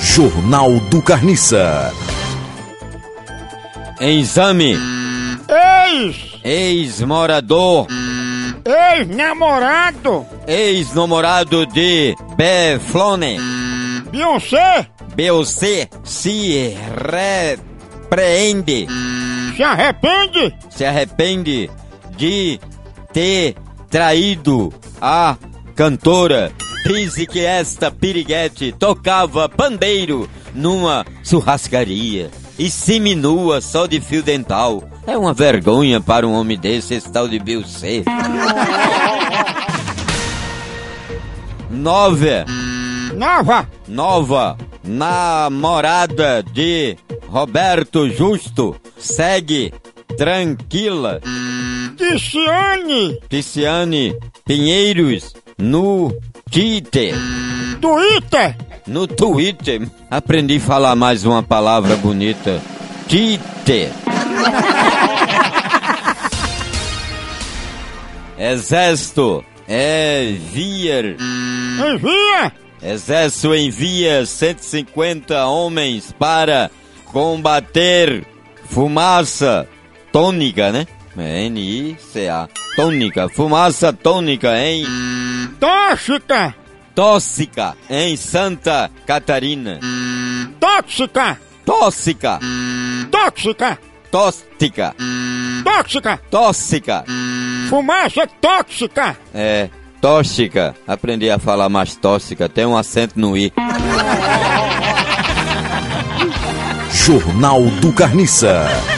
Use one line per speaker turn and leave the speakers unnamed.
Jornal do Carniça.
Em exame,
Ex!
ex-morador,
Ex-namorado!
ex-namorado de Beflone,
Beyoncé
BOC, se repreende,
se arrepende!
se arrepende de ter traído a cantora. Disse que esta piriguete tocava pandeiro numa churrascaria e seminua só de fio dental. É uma vergonha para um homem desse, esse tal de Bill C. 9.
Nova!
Nova namorada de Roberto Justo segue tranquila.
Ticiane!
Ticiane Pinheiros no Twitter.
Twitter!
No Twitter. Aprendi a falar mais uma palavra bonita. Twitter. Exército é vir.
Envia!
Exército envia 150 homens para combater fumaça tônica, né? É N-I-C-A. Tônica. Fumaça tônica em
Tóxica!
Tóxica, em Santa Catarina.
Tóxica!
Tóxica.
Tóxica!
Tóxica.
Tóxica!
Tóxica.
Fumaça tóxica!
É, tóxica. Aprendi a falar mais tóxica. Tem um acento no I.
Jornal do Carniça.